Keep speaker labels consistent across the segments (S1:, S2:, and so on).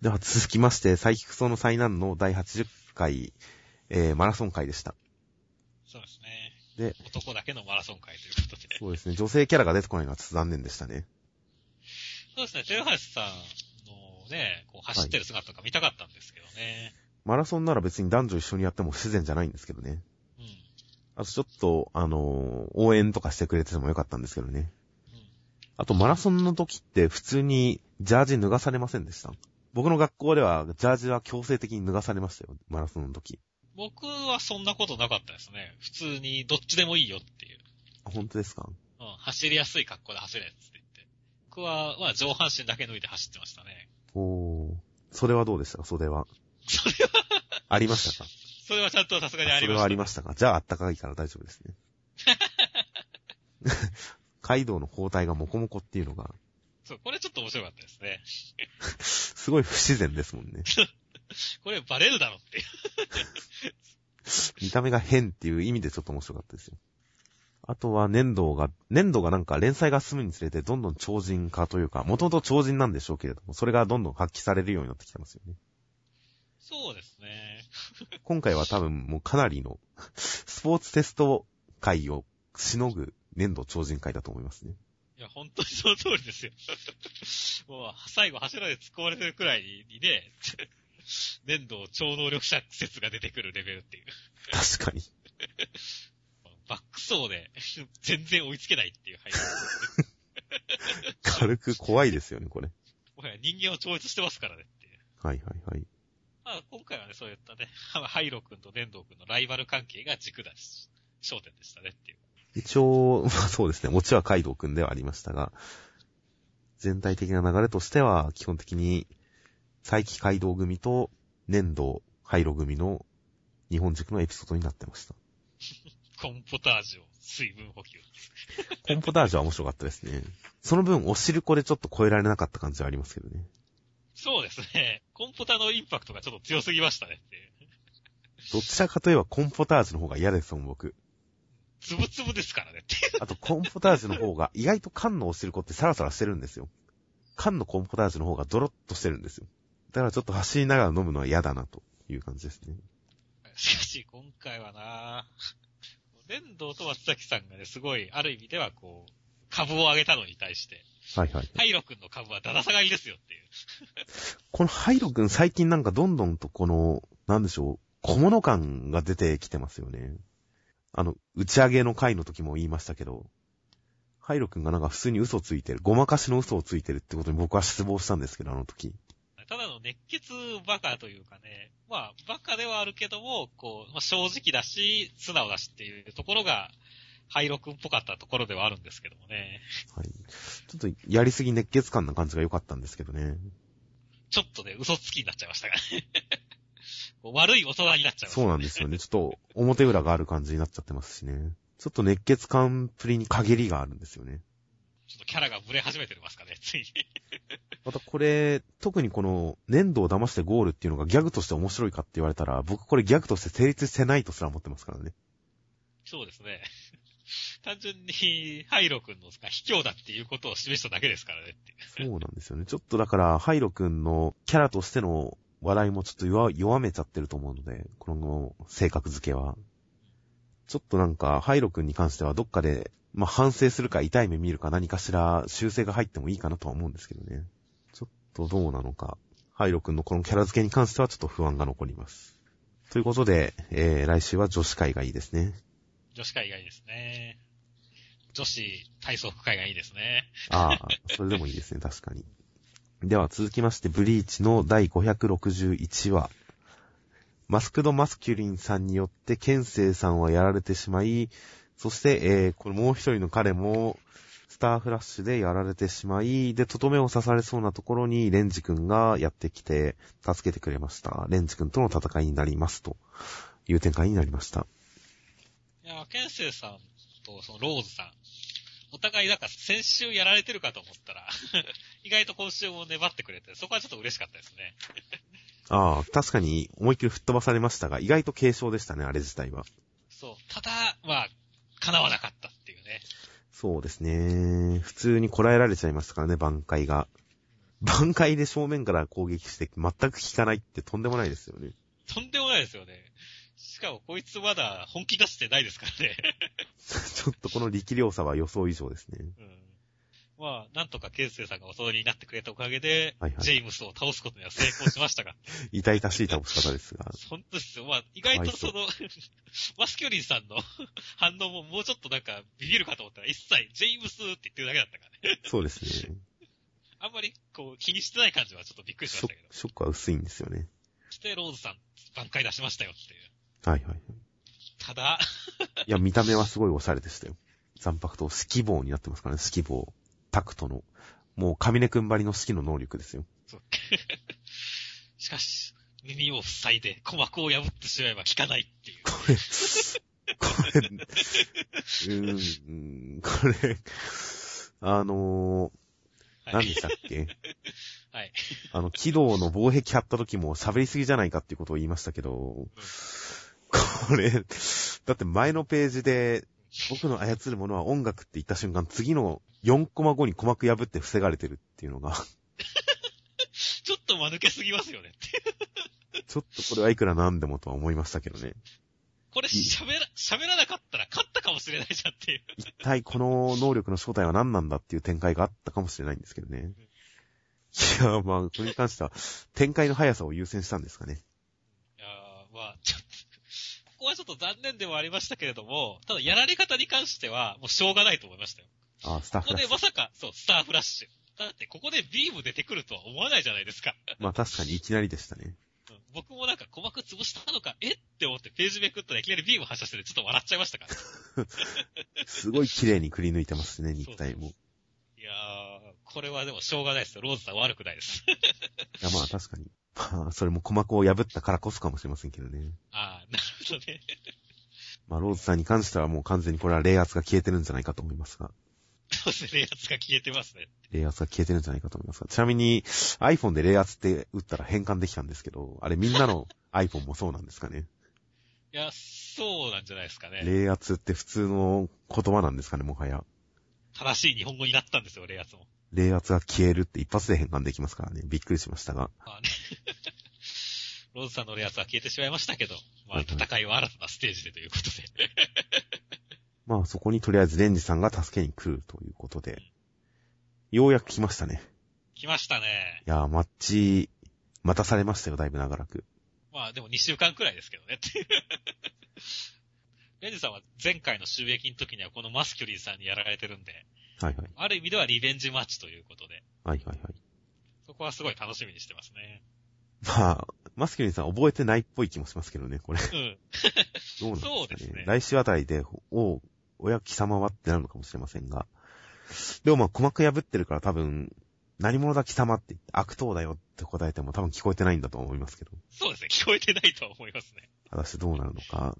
S1: では続きまして、サイキクソの災難の第80回、えー、マラソン会でした。
S2: そうですね
S1: で。
S2: 男だけのマラソン会ということで。
S1: そうですね、女性キャラが出てこないのはちょっと残念でしたね。
S2: そうですね、豊橋さんのね、こう走ってる姿とか見たかったんですけどね。
S1: マラソンなら別に男女一緒にやっても不自然じゃないんですけどね。あとちょっと、あのー応援とかしてくれててもよかったんですけどね。
S2: うん。うん。
S1: あとマラソンの時って普通にジャージ脱がされませんでした僕の学校ではジャージは強制的に脱がされましたよ、マラソンの時。
S2: 僕はそんなことなかったですね。普通にどっちでもいいよっていう。
S1: あ本当ですか
S2: うん、走りやすい格好で走れって言って。僕は、まあ上半身だけ脱いで走ってましたね。
S1: おー。それはどうでしたか袖 は。
S2: それは、
S1: ありましたか
S2: それはちゃんとさすがにあ
S1: そ
S2: り
S1: れは
S2: ま
S1: あ
S2: した。
S1: りましたかじゃああったかいから大丈夫です ね。カイドウの包帯がモコモコっていうのが、
S2: そう、これちょっと面白かったですね。
S1: すごい不自然ですもんね。
S2: これバレるだろっていう。
S1: 見た目が変っていう意味でちょっと面白かったですよ。あとは粘土が、粘土がなんか連載が進むにつれてどんどん超人化というか、もともと超人なんでしょうけれども、それがどんどん発揮されるようになってきてますよね。
S2: そうですね。
S1: 今回は多分もうかなりのスポーツテスト会をしのぐ粘土超人会だと思いますね。
S2: いや、本当にその通りですよ。 もう、最後柱で突っ込まれてるくらいにね、 粘土超能力者説が出てくるレベルっていう。
S1: 確かに。
S2: バック走で、全然追いつけないっていう配慮。
S1: 軽く怖いですよね、これ。
S2: もはや人間を超越してますからねっていう。
S1: はいはいはい。
S2: まあ、今回はね、そういったね、ハイロ君と粘土君のライバル関係が軸だし、焦点でしたねっていう。
S1: 一応、まあそうですね、オチはカイドウくんではありましたが、全体的な流れとしては、基本的に、再起カイドウ組と粘土、ハイロ組の日本軸のエピソードになってました。
S2: コンポタージュを水分補給。
S1: コンポタージュは面白かったですね。その分、おしるこでちょっと超えられなかった感じはありますけどね。
S2: そうですね。コンポタのインパクトがちょっと強すぎましたねっていう。
S1: どちらかといえばコンポタージュの方が嫌ですもん、僕。
S2: つぶつぶですからねっていう。
S1: あと、コンポタージュの方が、意外と缶のおしるこってサラサラしてるんですよ。缶のコンポタージュの方がドロッとしてるんですよ。だからちょっと走りながら飲むのは嫌だな、という感じですね。
S2: しかし、今回はな連動と松崎さんがね、すごい、ある意味ではこう、株を上げたのに対して、
S1: はいはい。
S2: ハイロ君の株はだだ下がりですよっていう。
S1: このハイロ君最近なんかどんどんとこの、なんでしょう、小物感が出てきてますよね。あの、打ち上げの回の時も言いましたけど、ハイロ君がなんか普通に嘘ついてる、ごまかしの嘘をついてるってことに僕は失望したんですけど、あの時。
S2: ただの熱血バカというかね、まあ、バカではあるけども、こう、まあ、正直だし、素直だしっていうところが、ハイロ君っぽかったところではあるんですけどもね。
S1: はい。ちょっとやりすぎ熱血感な感じが良かったんですけどね。
S2: ちょっとね、嘘つきになっちゃいましたがね。 こう悪い大人になっちゃいました。
S1: そうなんですよね。ちょっと表裏がある感じになっちゃってますしね。ちょっと熱血感プリに限りがあるんですよね。
S2: ちょっとキャラがブレ始めてますかね、ついに。
S1: またこれ、特にこの、粘土を騙してゴールっていうのがギャグとして面白いかって言われたら、僕これギャグとして成立してないとすら思ってますからね。
S2: そうですね。 単純に、ハイロ君の卑怯だっていうことを示しただけですからねっていう。
S1: そうなんですよね。ちょっとだから、ハイロ君のキャラとしての話題もちょっと弱弱めちゃってると思うので、この性格付けは。ちょっとなんか、ハイロ君に関してはどっかで、まあ、反省するか痛い目見るか何かしら修正が入ってもいいかなとは思うんですけどね。ちょっとどうなのか。ハイロ君のこのキャラ付けに関してはちょっと不安が残ります。ということで、えー、来週は女子会がいいですね。
S2: 女子会がいいですね。女子体操服会がいいですね。
S1: ああ、それでもいいですね、確かに。では続きまして、ブリーチの第561話。マスクド・マスキュリンさんによって、ケンセイさんはやられてしまい、そして、えー、これもう一人の彼も、スターフラッシュでやられてしまい、で、とどめを刺されそうなところに、レンジ君がやってきて、助けてくれました。レンジ君との戦いになります、という展開になりました。
S2: いやー、ケンセイさんとそのローズさん。お互いなんか先週やられてるかと思ったら、 意外と今週も粘ってくれて、そこはちょっと嬉しかったですね。
S1: ああ、確かに思いっきり吹っ飛ばされましたが、意外と軽傷でしたね、あれ自体は。
S2: そう。ただ、まあ、叶わなかったっていうね。
S1: そうですね。普通にこらえられちゃいましたからね、挽回が。挽回で正面から攻撃して全く効かないってとんでもないですよね。
S2: とんでもないですよね。しかもこいつまだ本気出してないですからね。
S1: ちょっとこの力量差は予想以上ですね。
S2: うん。まあ、なんとかケイスイさんがお揃いになってくれたおかげで、
S1: はいはい
S2: ジェイムスを倒すことには成功し ましたが、
S1: 痛々しい倒し方ですが。
S2: 本当ですよ。まあ、意外とその、 マスキュリンさんの反応ももうちょっとなんかビビるかと思ったら、一切ジェイムスって言ってるだけだったからね。
S1: そうですね。
S2: あんまりこう気にしてない感じはちょっとびっくりしま
S1: シ
S2: し
S1: ョ
S2: たけど。
S1: ショックは薄いんですよね。
S2: そしてローズさん、挽回出しましたよっていう。
S1: はいはい。
S2: ただ、
S1: いや、見た目はすごいオシャレでしたよ。残白とスキボーになってますからね、スキボー。タクトの。もう、カミネ君ばりの好きの能力ですよ。
S2: そうしかし、耳を塞いで鼓膜を破ってしまえば効かないっていう。
S1: これ、これ、うーん、これ、あのー、
S2: は
S1: 何で
S2: い。
S1: したっけ
S2: はい。
S1: あの、軌道の防壁張った時も喋りすぎじゃないかっていうことを言いましたけど、これ、だって前のページで、僕の操るものは音楽って言った瞬間、次の4コマ後に鼓膜破って防がれてるっていうの が、
S2: ちょっと間抜けすぎますよねって。
S1: ちょっとこれはいくらなんでもとは思いましたけどね。
S2: これ喋ら、喋らなかったら勝ったかもしれないじゃんっていう。
S1: 一体この能力の正体は何なんだっていう展開があったかもしれないんですけどね。いや、まあ、これに関しては、展開の速さを優先したんですかね。
S2: いやーまあ、ちょっと、ここはちょっと残念ではありましたけれども、ただやられ方に関しては、もうしょうがないと思いましたよ。
S1: あスタッフ
S2: ここ
S1: らし
S2: で
S1: い。
S2: まさか、そう、スターフラッシュ。だってここでビーム出てくるとは思わないじゃないですか。
S1: まあ確かにいきなりでしたね。
S2: うん僕もなんか鼓膜潰したのか、えって思ってページめくったらいきなりビーム発射しててちょっと笑っちゃいましたから。
S1: すごい綺麗にくり抜いてますね、肉体も。い
S2: いやー、これはでもしょうがないですよ。ローズさん悪くないです。
S1: や、まあ確かに。まあ、それも鼓膜を破ったからこそかもしれませんけどね。
S2: あー、なるほどね。
S1: まあ、ローズさんに関してはもう完全にこれは冷圧が消えてるんじゃないかと思いますが。
S2: そうですね、やつが消えてますね。
S1: 冷圧が消えてるんじゃないかと思いますが。ちなみに、iPhone で冷圧って打ったら変換できたんですけど、あれみんなの iPhone もそうなんですかね。
S2: いや、そうなんじゃないですかね。
S1: 冷圧って普通の言葉なんですかね、もはや。
S2: 正しい日本語になったんですよ、レイアツも。
S1: 冷圧が消えるって一発で変換できますからね。びっくりしましたが。
S2: まあね。 ローズさんのレアツは消えてしまいましたけど、まあ
S1: はいはい
S2: 戦いは新たなステージでということで。
S1: まあそこにとりあえずレンジさんが助けに来るということで、ようやく来ましたね。
S2: 来ましたね。
S1: いやー、マッチ、待たされましたよ、だいぶ長らく。
S2: まあでも2週間くらいですけどね。レンジさんは前回の収益の時にはこのマスキュリーさんにやられてるんで、
S1: はいはい。
S2: ある意味ではリベンジマッチということで、
S1: はいはいはい。
S2: そこはすごい楽しみにしてますね。
S1: まあ、マスキュリンさん覚えてないっぽい気もしますけどね、 これ。
S2: うん。
S1: どうなんですかね。
S2: そうですね
S1: 来週あたりで、お、おや貴様はってなるのかもしれませんが。でもまあ、鼓膜破ってるから多分、何者だ貴様って言って、悪党だよって答えても多分聞こえてないんだと思いますけど。
S2: そうですね。聞こえてないとは思いますね。
S1: 果たしてどうなるのか。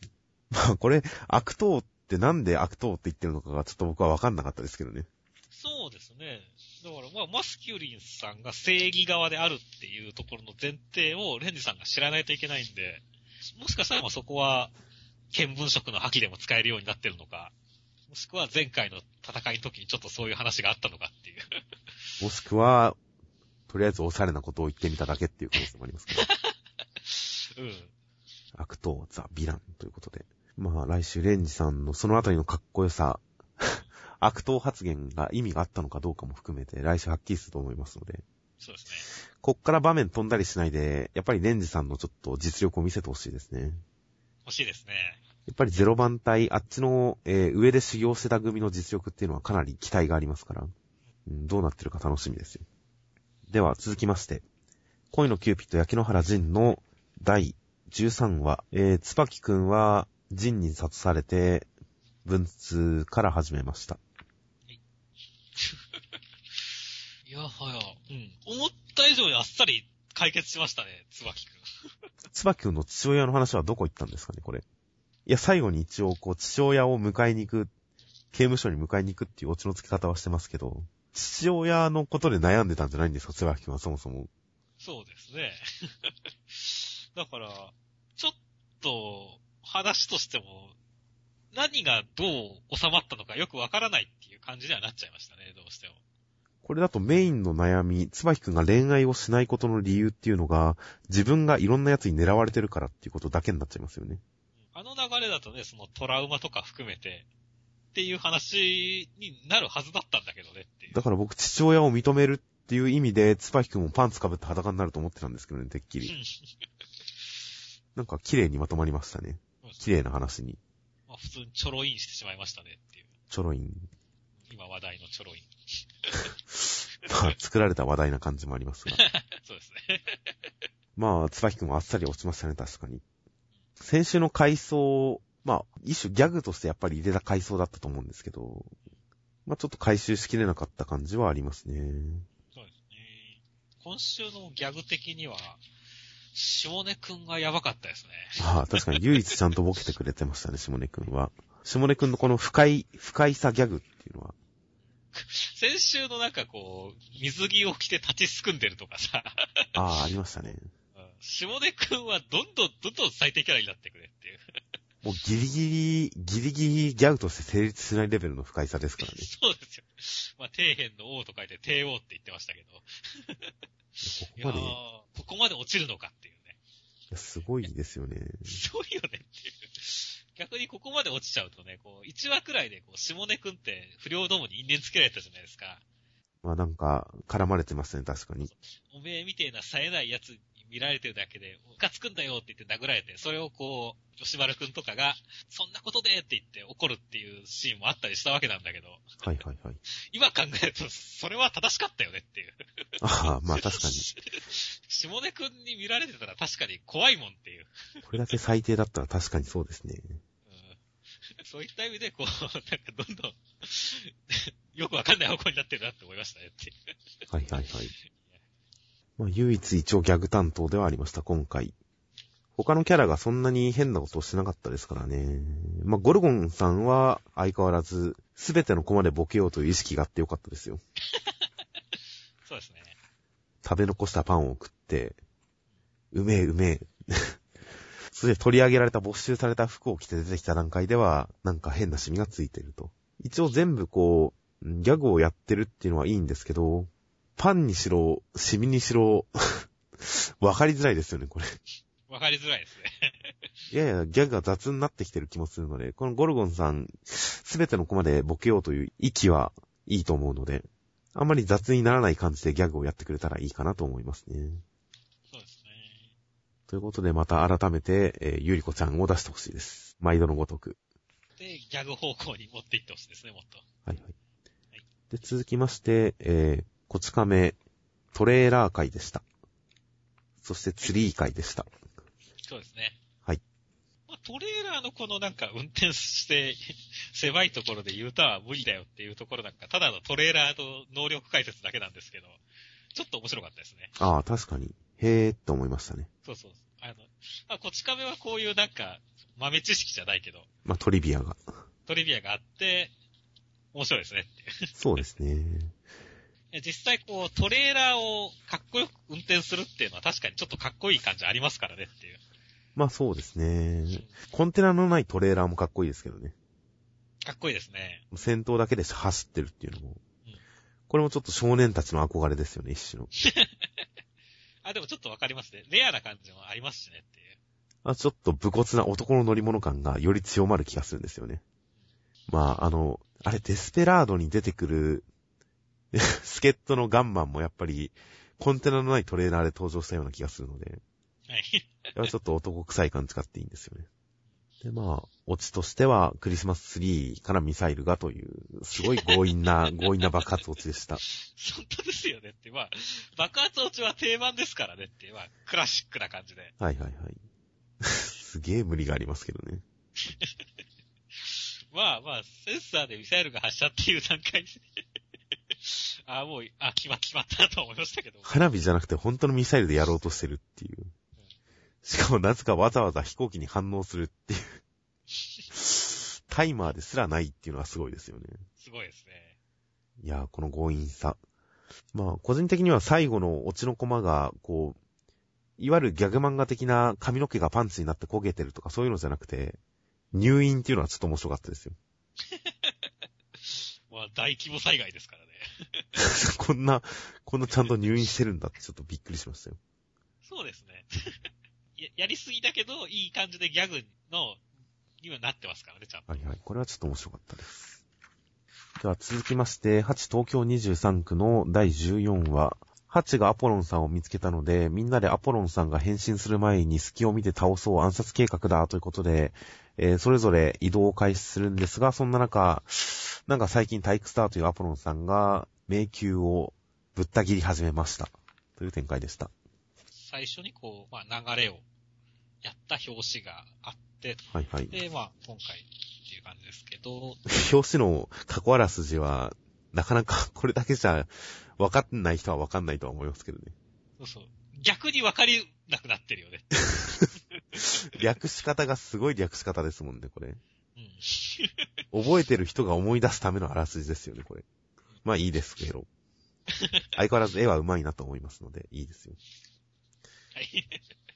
S1: まあ、これ、悪党ってなんで悪党って言ってるのかがちょっと僕はわかんなかったですけどね。
S2: そうですね。だからまあマスキュリーさんが正義側であるっていうところの前提をレンジさんが知らないといけないんで、もしかしたらまあそこは見聞色の覇気でも使えるようになってるのか、もしくは前回の戦いの時にちょっとそういう話があったのかっていう。
S1: もしくは、とりあえずおしゃれなことを言ってみただけっていう可能性もありますけど。
S2: うん。
S1: 悪党、ザ・ヴィランということで。まあ来週レンジさんのそのあたりのかっこよさ、 悪党発言が意味があったのかどうかも含めて来週はっきりすると思いますので、
S2: そうですね。
S1: こっから場面飛んだりしないで、やっぱりレンジさんのちょっと実力を見せてほしいですね。
S2: 欲しいですね。
S1: やっぱりゼロ番隊、あっちの、えー上で修行してた組の実力っていうのはかなり期待がありますから、うん、どうなってるか楽しみですよ。では続きまして、恋のキューピット焼き野原仁の第13話、えー、つばきくんは仁に殺されて、文通から始めました。
S2: いやはや、うん。思った以上にあっさり解決しましたね、椿くん。
S1: つばきくんの父親の話はどこ行ったんですかね、これ。いや、最後に一応、こう、父親を迎えに行く、刑務所に迎えに行くっていうオチの付け方はしてますけど、父親のことで悩んでたんじゃないんですか、つばきくんはそもそも。
S2: そうですね。 だから、ちょっと、話としても、何がどう収まったのかよくわからないっていう感じにはなっちゃいましたね、どうしても。
S1: これだとメインの悩み、つばひくんが恋愛をしないことの理由っていうのが、自分がいろんなやつに狙われてるからっていうことだけになっちゃいますよね。
S2: あの流れだとね、そのトラウマとか含めて、っていう話になるはずだったんだけどねっていう。
S1: だから僕、父親を認めるっていう意味で、つばひくんもパンツ被って裸になると思ってたんですけどね、てっきり。なんか綺麗にまとまりましたね。綺麗な話に。
S2: まあ普通にチョロインしてしまいましたねっていう。
S1: ちょろいん。
S2: 今話題のチョロイン。
S1: まあ、作られた話題な感じもありますが。
S2: そうですね。
S1: まあ、つばひくんはあっさり落ちましたね、確かに。先週の回想、まあ、一種ギャグとしてやっぱり入れた回想だったと思うんですけど、まあちょっと回収しきれなかった感じはありますね。
S2: そうですね。今週のギャグ的には、下根くんがやばかったですね。
S1: ああ、確かに唯一ちゃんとボケてくれてましたね、下根くんは。下根くんのこの不快、不快さギャグっていうのは、
S2: 先週のなんかこう、水着を着て立ちすくんでるとかさ、
S1: ああ、ありましたね。
S2: うん下根くんはどんどんどんどん最低キャラになってくれっていう。
S1: もうギリギリ、ギリギリギャグとして成立しないレベルの不快さですからね。
S2: そうですよ。 まあ、底辺の王と書いて帝王って言ってましたけど。いや
S1: ここま
S2: ー
S1: でい
S2: ここまで落ちるのかっていうね。
S1: や、すごいですよね。
S2: すごいよねっていう。逆にここまで落ちちゃうとね、こう、1話くらいで、こう、下根くんって不良どもに因縁つけられたじゃないですか。
S1: まあなんか、絡まれてますね、確かに。
S2: おめえみてえな冴えないやつに見られてるだけで、ムカつくんだよって言って殴られて、それをこう、吉丸くんとかが、そんなことでって言って怒るっていうシーンもあったりしたわけなんだけど、
S1: はいはいはい。
S2: 今考えると、それは正しかったよねっていう。
S1: ああ、まあ確かに。
S2: 下根くんに見られてたら確かに怖いもんっていう。
S1: これだけ最低だったら確かにそうですね。
S2: うんそういった意味で、こう、なんかどんどん、よくわかんない方向になってるなって思いましたねっていう。
S1: はいはいはい。まあ唯一一応ギャグ担当ではありました、今回。他のキャラがそんなに変なことをしなかったですからね。まあゴルゴンさんは相変わらず、すべてのコマでボケようという意識があってよかったですよ。
S2: そうですね。
S1: 食べ残したパンを食って、うめえうめえ。 それで取り上げられた没収された服を着て出てきた段階では、なんか変なシミがついてると。一応全部こう、んギャグをやってるっていうのはいいんですけど、パンにしろ、シミにしろ、 わかりづらいですよね、これ。
S2: わかりづらいですね。
S1: いやいや、ギャグが雑になってきてる気もするので、このゴルゴンさん、すべてのコマでボケようという息はいいと思うので、あんまり雑にならない感じでギャグをやってくれたらいいかなと思いますね。
S2: そうですね。
S1: ということで、また改めて、えーゆりこちゃんを出してほしいです。毎度のごとく。
S2: で、ギャグ方向に持っていってほしいですね、もっと。
S1: はいはい。で、続きまして、えー、こち亀、トレーラー会でした。そして、ツリー会でした。
S2: そうですね。
S1: はい。
S2: まあ、トレーラーのこのなんか運転して 狭いところで U ターンは無理だよっていうところなんか、ただのトレーラーの能力解説だけなんですけど、ちょっと面白かったですね。
S1: ああ、確かに。へえーって思いましたね。
S2: そうそう。あの、あこち亀はこういうなんか豆知識じゃないけど、
S1: まあ、トリビア が。
S2: トリビアがあって、面白いですねっていう
S1: そうですね。
S2: いや。実際こう、トレーラーをかっこよく運転するっていうのは確かにちょっとかっこいい感じありますからねっていう。
S1: まあ、そうですね。コンテナのないトレーラーもかっこいいですけどね。
S2: かっこいいですね。
S1: 戦闘だけで走ってるっていうのも
S2: うん。
S1: これもちょっと少年たちの憧れですよね、一種の。
S2: あ、でもちょっとわかりますね。レアな感じもありますしねっていう。
S1: あちょっと武骨な男の乗り物感がより強まる気がするんですよね。まあ、あの、あれ、デスペラードに出てくる、 スケットのガンマンもやっぱり、コンテナのないトレーナーで登場したような気がするので、
S2: はい。
S1: やっぱちょっと男臭い感じがあっていいんですよね。で、まあ、オチとしては、クリスマスツリーからミサイルがという、すごい強引な、強引な爆発オチでした。
S2: 本当ですよねって。まあ、爆発落ちは定番ですからねっていう。まあ、クラシックな感じで。
S1: はいはいはい。 すげえ無理がありますけどね。
S2: まあまあ、センサーでミサイルが発射っていう段階で あ、もう、あ、決ま決まったなと思いましたけど。
S1: 花火じゃなくて本当のミサイルでやろうとしてるっていう。しかもなぜかわざわざ飛行機に反応するっていう。タイマーですらないっていうのはすごいですよね。
S2: すごいですね。
S1: いやー、この強引さ。まあ、個人的には最後のオチのコマが、こう、いわゆるギャグ漫画的な髪の毛がパンツになって焦げてるとかそういうのじゃなくて、入院っていうのはちょっと面白かったですよ。
S2: まあ、大規模災害ですからね。
S1: こんな、こんなちゃんと入院してるんだってちょっとびっくりしましたよ。
S2: そうですね。 ややりすぎだけど、いい感じでギャグの、にはなってますからね、ちゃんと。
S1: はいはい。これはちょっと面白かったです。では続きまして、8東京23区の第14話。8がアポロンさんを見つけたので、みんなでアポロンさんが変身する前に隙を見て倒そう暗殺計画だということで、えーそれぞれ移動を開始するんですが、そんな中、なんか最近体育スターというアポロンさんが迷宮をぶった切り始めました。という展開でした。
S2: 最初にこう、まあ、流れをやった表紙があって、
S1: はいはい。
S2: で、まあ、今回っていう感じですけど、
S1: 表紙の過去あらすじは、なかなかこれだけじゃ分かんない人は分かんないとは思いますけどね。
S2: そうそう。逆に分かりなくなってるよね。
S1: 略し方がすごい略し方ですもんね、これ。
S2: うん。
S1: 覚えてる人が思い出すためのあらすじですよね、これ。まあいいですけど。相変わらず絵は上手いなと思いますので、いいですよ。
S2: はい。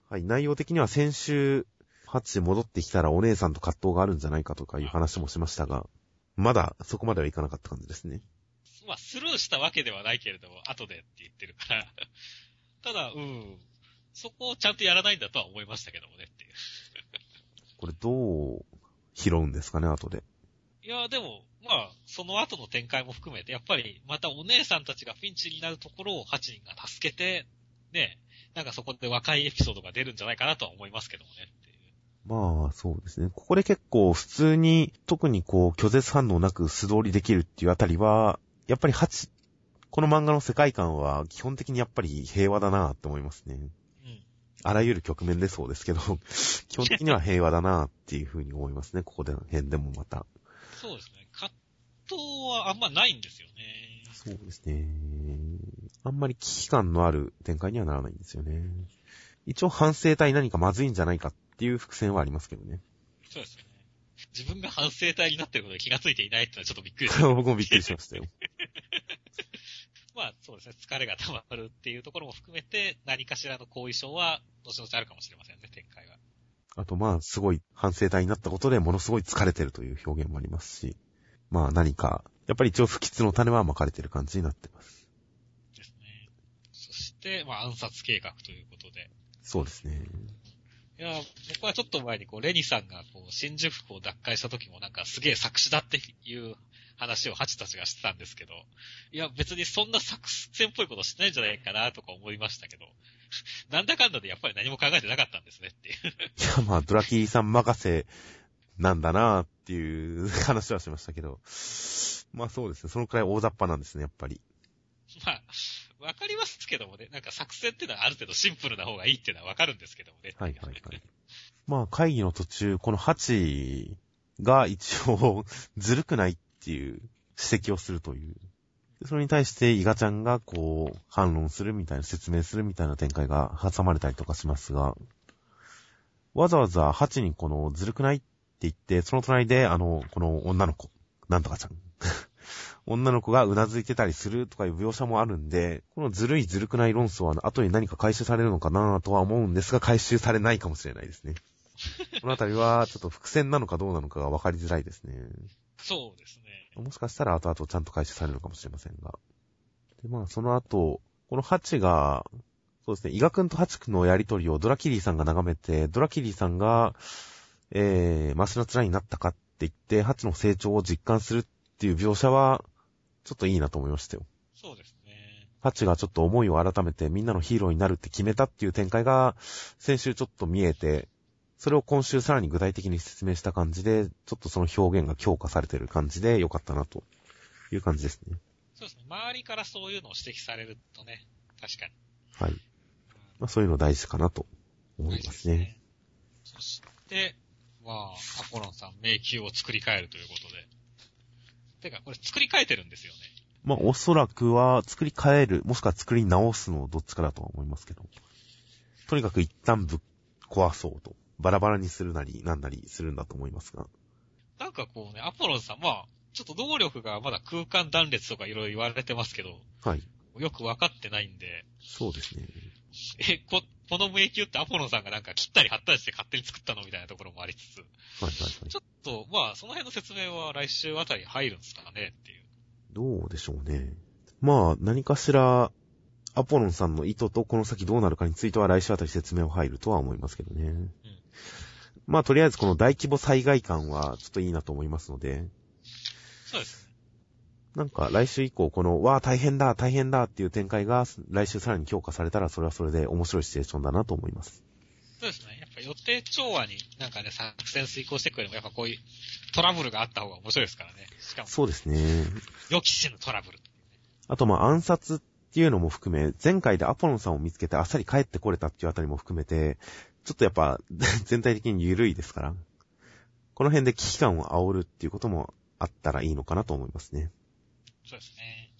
S1: はい、内容的には先週、ハッチ戻ってきたらお姉さんと葛藤があるんじゃないかとかいう話もしましたが、まだそこまではいかなかった感じですね。
S2: まあ、スルーしたわけではないけれども、後でって言ってるから。ただ、うん。そこをちゃんとやらないんだとは思いましたけどもねっていう。
S1: これどう拾うんですかね、後で。
S2: いや、でも、まあ、その後の展開も含めて、やっぱり、またお姉さんたちがピンチになるところを8人が助けて、ね、なんかそこで若いエピソードが出るんじゃないかなとは思いますけどもねっていう。
S1: まあ、そうですね。ここで結構普通に、特にこう、拒絶反応なく素通りできるっていうあたりは、やっぱり8、この漫画の世界観は基本的にやっぱり平和だなって思いますね。
S2: うん。
S1: あらゆる局面でそうですけど、 基本的には平和だなっていうふうに思いますね。ここでの辺でもまた。
S2: そうですね。葛藤はあんまないんですよね。
S1: そうですね。あんまり危機感のある展開にはならないんですよね。一応反省体何かまずいんじゃないかっていう伏線はありますけどね。
S2: そうですよね。自分が反省体になってることに気がついていないってのはちょっとびっくりで す
S1: これは僕もびっくりしましたよ。
S2: まあそうですね、疲れが溜まるっていうところも含めて、何かしらの後遺症は、後々あるかもしれませんね、展開は。
S1: あとまあ、すごい反省体になったことでものすごい疲れてるという表現もありますし、まあ何か、やっぱり一応不吉の種は巻かれてる感じになってます。
S2: ですね。そして、まあ暗殺計画ということで。
S1: そうですね。
S2: いや、僕はちょっと前にこう、レニさんがこう、新宿区を奪回した時もなんかすげえ作詞だっていう話をハチたちがしてたんですけど、いや、別にそんな作戦っぽいことしてないんじゃないかなとか思いましたけど、なんだかんだでやっぱり何も考えてなかったんですねっていう。
S1: いやまあ、ドラキーさん任せなんだなっていう話はしましたけど、まあそうですね、そのくらい大雑把なんですね、やっぱり。
S2: まあ、わかりますけどもね、なんか作戦ってのはある程度シンプルな方がいいっていうのはわかるんですけどもね。
S1: はいはいはい。まあ会議の途中、このハチが一応ずるくないっていう指摘をするという。それに対してイガちゃんがこう反論するみたいな説明するみたいな展開が挟まれたりとかしますが、わざわざハチにこのずるくないって言って、その隣であの、この女の子、なんとかちゃん。女の子がうなずいてたりするとかいう描写もあるんで、このずるいずるくない論争は後に何か回収されるのかなとは思うんですが、回収されないかもしれないですね。このあたりは、ちょっと伏線なのかどうなのかが分かりづらいですね。
S2: そうですね。
S1: もしかしたら後々ちゃんと回収されるのかもしれませんが。で、まあ、その後、このハチが、そうですね、伊賀くんとハチくんのやりとりをドラキリーさんが眺めて、ドラキリーさんが、えー、マシな面になったかって言って、ハチの成長を実感するっていう描写は、ちょっといいなと思いましたよ。
S2: そうですね。
S1: ハチがちょっと思いを改めてみんなのヒーローになるって決めたっていう展開が先週ちょっと見えて、それを今週さらに具体的に説明した感じで、ちょっとその表現が強化されてる感じで良かったなという感じですね。
S2: そうですね。周りからそういうのを指摘されるとね、確かに。
S1: はい。まあそういうの大事かなと思いますね。
S2: そして、まあ、アポロンさん迷宮を作り変えるということで。てか、これ作り変えてるんですよね。
S1: まあおそらくは作り変える、もしくは作り直すのどっちかだとは思いますけど。とにかく一旦ぶっ壊そうと。バラバラにするなりなんなりするんだと思いますが。
S2: なんかこうね、アポロンさん、まあ、ちょっと能力がまだ空間断裂とかいろいろ言われてますけど、
S1: はい。
S2: よくわかってないんで、
S1: そうですね。
S2: え、こ、この迷宮ってアポロンさんがなんか切ったり貼ったりして勝手に作ったのみたいなところもありつつ、
S1: はいはいはい
S2: ち。ょっと、まあ、その辺の説明は来週あたり入るんですかねっていう。
S1: どうでしょうね。まあ、何かしら、アポロンさんの意図とこの先どうなるかについては来週あたり説明を入るとは思いますけどね。まあ、とりあえずこの大規模災害感はちょっといいなと思いますので、
S2: そうですね。
S1: なんか来週以降この、わあ大変だ、大変だっていう展開が来週さらに強化されたらそれはそれで面白いシチュエーションだなと思います。
S2: そうですね。やっぱ予定調和になんかね、作戦遂行していくよりも、やっぱこういうトラブルがあった方が面白いですからね。しかも、
S1: そうですね。
S2: 予期せぬトラブル。
S1: あとまあ暗殺っていうのも含め、前回でアポロンさんを見つけてあっさり帰ってこれたっていうあたりも含めて、ちょっとやっぱ 全体的に緩いですから、この辺で危機感を煽るっていうこともあったらいいのかなと思いますね。
S2: そうですね。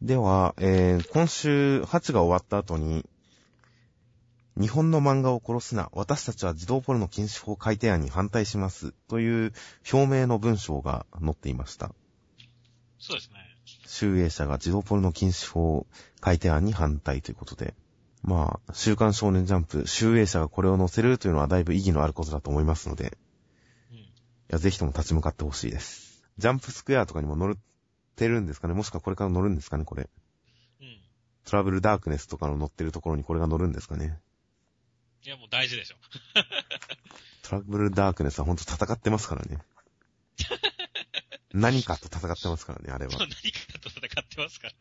S1: では、えー、今週8が終わった後に、日本の漫画を殺すな、私たちは児童ポルノ禁止法改定案に反対しますという表明の文章が載っていました。
S2: そうですね。
S1: 集英社が児童ポルノ禁止法改定案に反対ということで。まあ、週刊少年ジャンプ、集英社がこれを載せるというのはだいぶ意義のあることだと思いますので、
S2: うん。
S1: いや、ぜひとも立ち向かってほしいです。ジャンプスクエアとかにも載ってるんですかねもしくはこれから載るんですかねこれ。
S2: うん。い
S1: トラブルダークネスとかの載ってるところにこれが載るんですかね
S2: や、もう大事でしょ。
S1: トラブルダークネスはほんと戦ってます からね。何かと戦ってますからね、あれは
S2: そう。何かと戦ってますからね。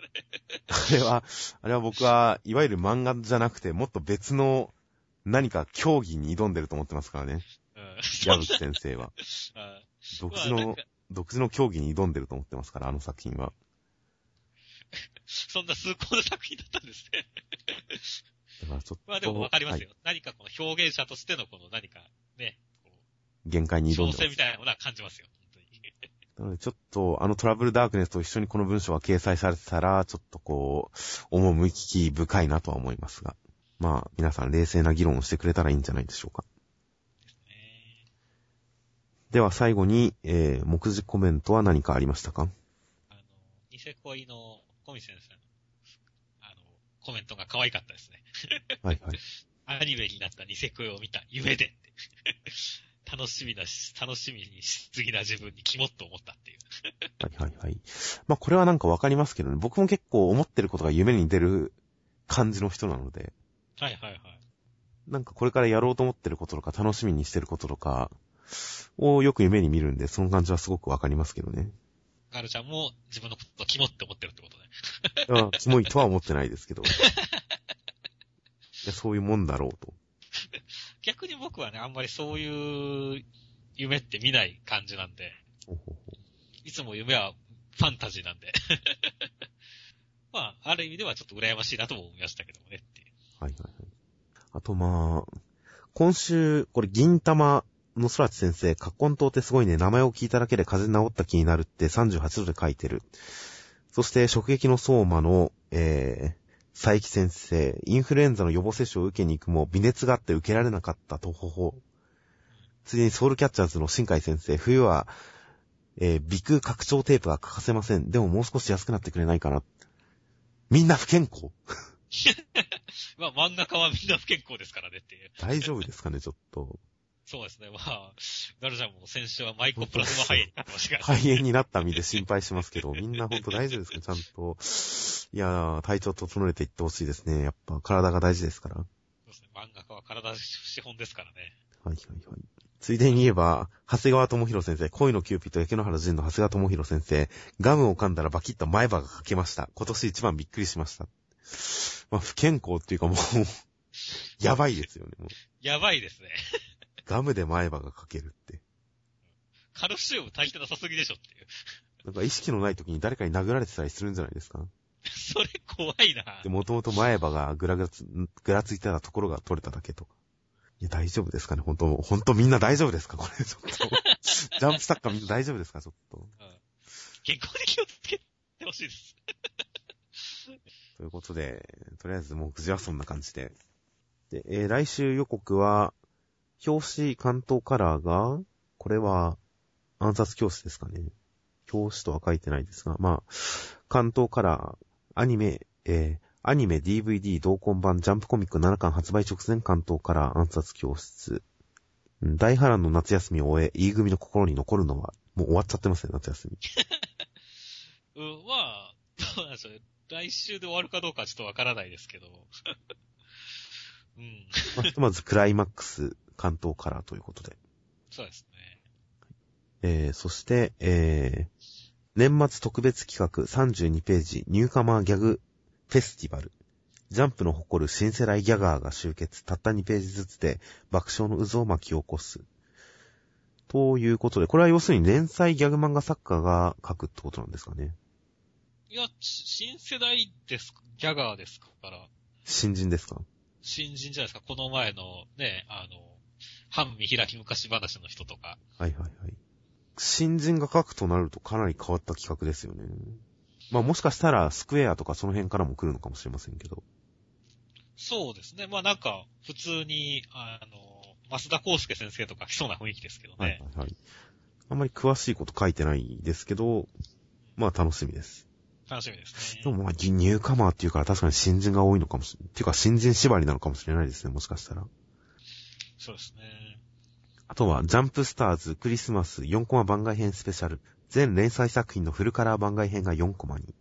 S1: あれは、あれは僕は、いわゆる漫画じゃなくて、もっと別の何か競技に挑んでると思ってますから ね。
S2: うん。
S1: 矢吹先生 は。
S2: あー
S1: 独自
S2: まあなん
S1: の
S2: か、
S1: 独自の競技に挑んでると思ってますから、あの作品は。
S2: そんな崇高な作品だったんですね。
S1: だからちょっと、
S2: まあでもわかりますよ。
S1: はい
S2: 何かこの表現者としてのこの何かね、こ
S1: 限界
S2: う
S1: に挑んで
S2: 挑戦
S1: ま
S2: み
S1: す。
S2: たいなものは感じますよ。本当に。
S1: なのでちょっと、あのトラブルダークネスと一緒にこの文章が掲載されてたら、ちょっとこう、趣深いなとは思いますが。まあ、皆さん冷静な議論をしてくれたらいいんじゃないでしょうか。
S2: ね
S1: では最後に、えー、目次コメントは何かありました か
S2: あの、ニセ恋のコミ先生の、あの、コメントが可愛かったですね。
S1: はいはい。
S2: アニメになったニセ恋を見た夢でって。 楽しみだし、楽しみにしすぎな自分にキモッと思ったっていう。
S1: はいはいはい。まあこれはなんかわかりますけどね、僕も結構思ってることが夢に出る感じの人なので、
S2: はいはいはい。
S1: なんかこれからやろうと思ってることとか楽しみにしてることとかをよく夢に見るんで、その感じはすごくわかりますけどね。
S2: ガルちゃんも自分のことキモって思ってるってことね。
S1: いや、キモいとは思ってないですけど。いや、そういうもんだろうと。
S2: 逆に僕はね、あんまりそういう夢って見ない感じなんで、
S1: ほうほう
S2: いつも夢はファンタジーなんで。 まあ、ある意味ではちょっと羨ましいなとも思いましたけどもねっていう。
S1: ほうはいはいはい。あとまあ、今週、これ銀玉の空知先生、カッコン島ってすごいね、名前を聞いただけで風邪治った気になるって38度で書いてる。そして、食撃の相馬の、えー、佐伯先生、インフルエンザの予防接種を受けに行くも、微熱があって受けられなかったとほほ。ついでにソウルキャッチャーズの新海先生、冬は、えー、鼻腔拡張テープは欠かせません。でももう少し安くなってくれないかな。みんな不健康
S2: まあ、漫画家はみんな不健康ですからねっていう。
S1: 大丈夫ですかね、ちょっと。
S2: そうですね。まあ、ガルちゃんも先週はマイコプラズマ肺炎になってましたから。
S1: 肺炎になった身で心配しますけど、みんなほんと大丈夫ですかちゃんと。いやー、体調整えていってほしいですね。やっぱ体が大事ですから。
S2: そうですね。漫画家は体資本ですからね。
S1: はいはいはい。ついでに言えば、長谷川智博先生、恋のキューピット、焼け野原仁の長谷川智博先生、ガムを噛んだらバキッと前歯が欠けました。今年一番びっくりしました。まあ、不健康っていうか もう、やばいですよね。もう
S2: やばいですね。
S1: ガムで前歯が欠けるって。
S2: カルシウム足りてなさすぎでしょっていう。
S1: なんか意識のない時に誰かに殴られてたりするんじゃないですか
S2: それ怖いな。
S1: で、もともと前歯がぐらぐらつ、ぐらついてたところが取れただけとか。いや、大丈夫ですかね本当本当みんな大丈夫ですかこれ、ちょっと。ジャンプサッカーみんな大丈夫ですかちょっと。
S2: 健康に気をつけてほしいです。
S1: ということで、とりあえずもうくじはそんな感じで。で、えー来週予告は、表紙関東カラーが、これは暗殺教師ですかね。表紙とは書いてないですが、まあ、関東カラー、アニメ、えーアニメ DVD 同梱版ジャンプコミック7巻発売直前関東カラー暗殺教室。うん大波乱の夏休みを終え、E 組の心に残るのは、もう終わっちゃってますね、夏休み。
S2: うなんですよね。来週で終わるかどうかはちょっとわからないですけど。 うん。
S1: まあ、ひとまずクライマックス関東からということで。
S2: そうですね。
S1: えー、そして、えー、年末特別企画32ページニューカマーギャグフェスティバル。ジャンプの誇る新世代ギャガーが集結、たった2ページずつで爆笑の渦を巻き起こす。ということで、これは要するに連載ギャグ漫画作家が書くってことなんですかね。
S2: いや、し新世代です、ギャガーですから、
S1: 新人ですか
S2: 新人じゃないですか。この前のね、あの、半見開き昔話の人とか。
S1: はいはいはい。新人が書くとなるとかなり変わった企画ですよね。まあもしかしたらスクエアとかその辺からも来るのかもしれませんけど。
S2: そうですね。まあなんか、普通に、あの、増田康介先生とか来そうな雰囲気ですけどね。
S1: はいはいはい。あんまり詳しいこと書いてないですけど、まあ楽しみです。
S2: 楽しみですね。
S1: でもまあニニューカマーっていうから確かに新人が多いのかもしれない。ていうか新人縛りなのかもしれないですね、もしかしたら。
S2: そうですね。
S1: あとは、ジャンプスターズクリスマス4コマ番外編スペシャル。全連載作品のフルカラー番外編が4コマに。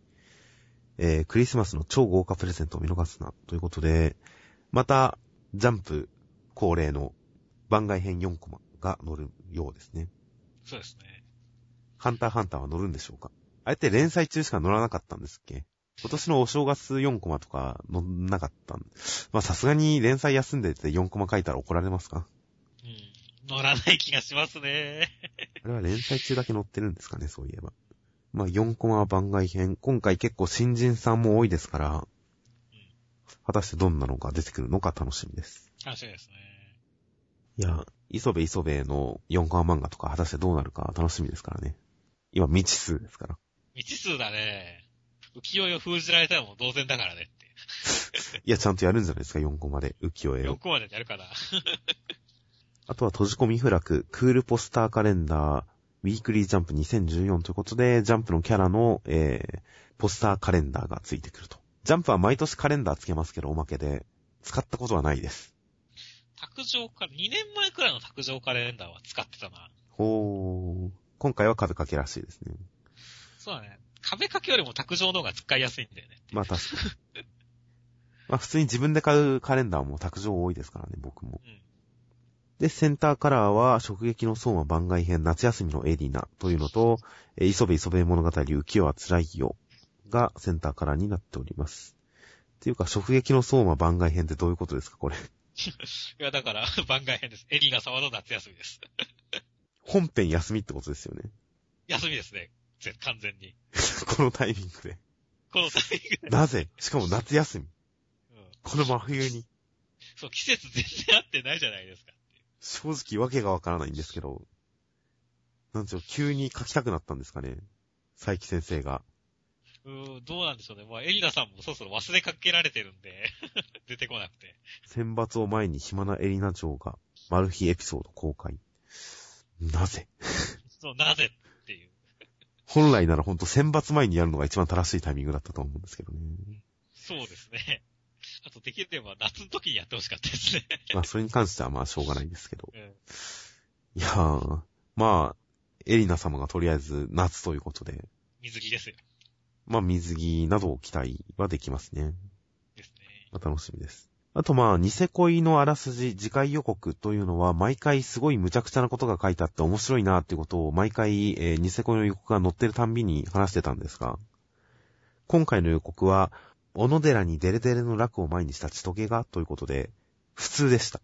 S1: えー、クリスマスの超豪華プレゼントを見逃すな。ということで、また、ジャンプ恒例の番外編4コマが載るようですね。
S2: そうですね。
S1: ハンターハンターは乗るんでしょうかあれって連載中しか乗らなかったんですっけ今年のお正月4コマとか乗んなかったん。まあさすがに連載休んでて4コマ書いたら怒られますか
S2: うん。乗らない気がしますね。
S1: あれは連載中だけ載ってるんですかね、そういえば。まあ4コマ番外編。今回結構新人さんも多いですから、果たしてどんなのが出てくるのか楽しみです。
S2: 楽しみですね。
S1: いや、磯部磯部の4コマ漫画とか果たしてどうなるか楽しみですからね。今未知数ですから。
S2: 未知数だね。浮世絵を封じられたらもう同然だからねって。
S1: いや、ちゃんとやるんじゃないですか、4コマで浮世絵を
S2: 4。コマでやるかな。
S1: あとは閉じ込みフラク、クールポスターカレンダー、ウィークリージャンプ2014ということで、ジャンプのキャラの、えー、ポスターカレンダーがついてくると。ジャンプは毎年カレンダーつけますけど、おまけで、使ったことはないです。
S2: 卓上カレン、2年前くらいの卓上カレンダーは使ってたな。
S1: ほー。今回は壁掛けらしいですね。
S2: そうだね。壁掛けよりも卓上の方が使いやすいんだよね。
S1: まあ確かに。まあ普通に自分で買うカレンダーも卓上多いですからね、僕も。
S2: うん。
S1: で、センターカラーは、直撃の相馬番外編、夏休みのエディナというのと、えー磯部磯部物語、浮世は辛いよがセンターカラーになっております。っていうか、直撃の相馬番外編ってどういうことですか、これ。
S2: いや、だから、 番外編です。エリーが沢の夏休みです。
S1: 本編休みってことですよね。
S2: 休みですね。ぜ完全に。
S1: このタイミングで。
S2: このタイミングで。
S1: なぜしかも夏休み。
S2: うん。
S1: この真冬に。
S2: そう、季節全然合ってないじゃないですか。
S1: 正直わけがわからないんですけど。なんでしょう、急に書きたくなったんですかね。佐伯先生が。
S2: うーん、どうなんでしょうね。まあ、エリナさんもそろそろ忘れかけられてるんで、 出てこなくて。
S1: 選抜を前に暇なエリナ城が、マル秘エピソード公開。なぜ
S2: そう、なぜっていう。
S1: 本来ならほんと選抜前にやるのが一番正しいタイミングだったと思うんですけどね。
S2: そうですね。 あと、できれば夏の時にやってほしかったですね。
S1: まあそれに関してはまあしょうがないんですけど。
S2: うん。
S1: いやー、まあ、エリナ様がとりあえず夏ということで、
S2: 水着ですよ。
S1: まあ水着などを期待はできますね。
S2: ですね。
S1: まあ楽しみです。あとまあ、ニセ恋のあらすじ、次回予告というのは、毎回すごい無茶苦茶なことが書いてあって面白いなっていうことを、毎回、えーニセ恋の予告が載ってるたんびに話してたんですが、今回の予告は、小野寺にデレデレの楽を前にした千棘がということで、普通でした。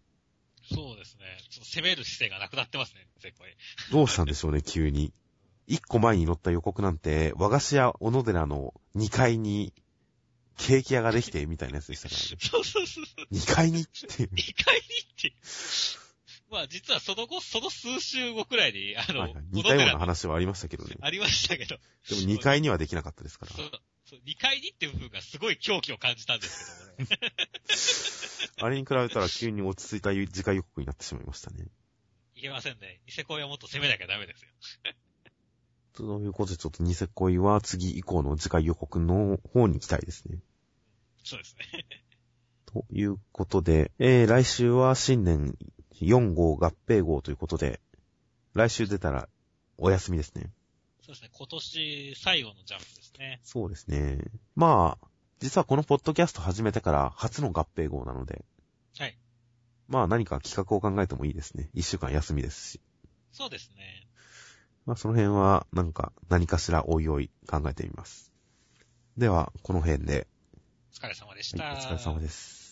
S2: そうですね。ちょっと攻める姿勢がなくなってますね、絶対。
S1: どうしたんでしょうね、急に。一個前に載った予告なんて、和菓子屋小野寺の2階に、ケーキ屋ができて、みたいなやつでしたからね。
S2: そうそうそう。
S1: 2階にっていう。
S2: 2階にっていう。まあ、実はその後、その数週後くらいに、あの、
S1: はいはい
S2: 小
S1: 似
S2: 野
S1: たよう
S2: 寺
S1: な話はありましたけどね。
S2: ありましたけど。
S1: でも2階にはできなかったですから。
S2: そうそう2階にっていう部分がすごい狂気を感じたんですけ どね。
S1: あれに比べたら急に落ち着いた次回予告になってしまいましたね。
S2: いけませんね。ニセ恋はもっと攻めなきゃダメですよ。
S1: ということでちょっとニセ恋は次以降の次回予告の方に行きたいですね。
S2: そうですね。
S1: ということで、えー、来週は新年4号合併号ということで、来週出たらお休みですね。
S2: そうですね、今年最後のジャンプですね。
S1: そうですね。まあ、実はこのポッドキャスト始めてから初の合併号なので、
S2: はい。
S1: まあ何か企画を考えてもいいですね。一週間休みですし。
S2: そうですね。
S1: まあその辺は、なんか、何かしらおいおい考えてみます。では、この辺で、
S2: お疲れ様でし
S1: はい
S2: た。
S1: お疲れ様です。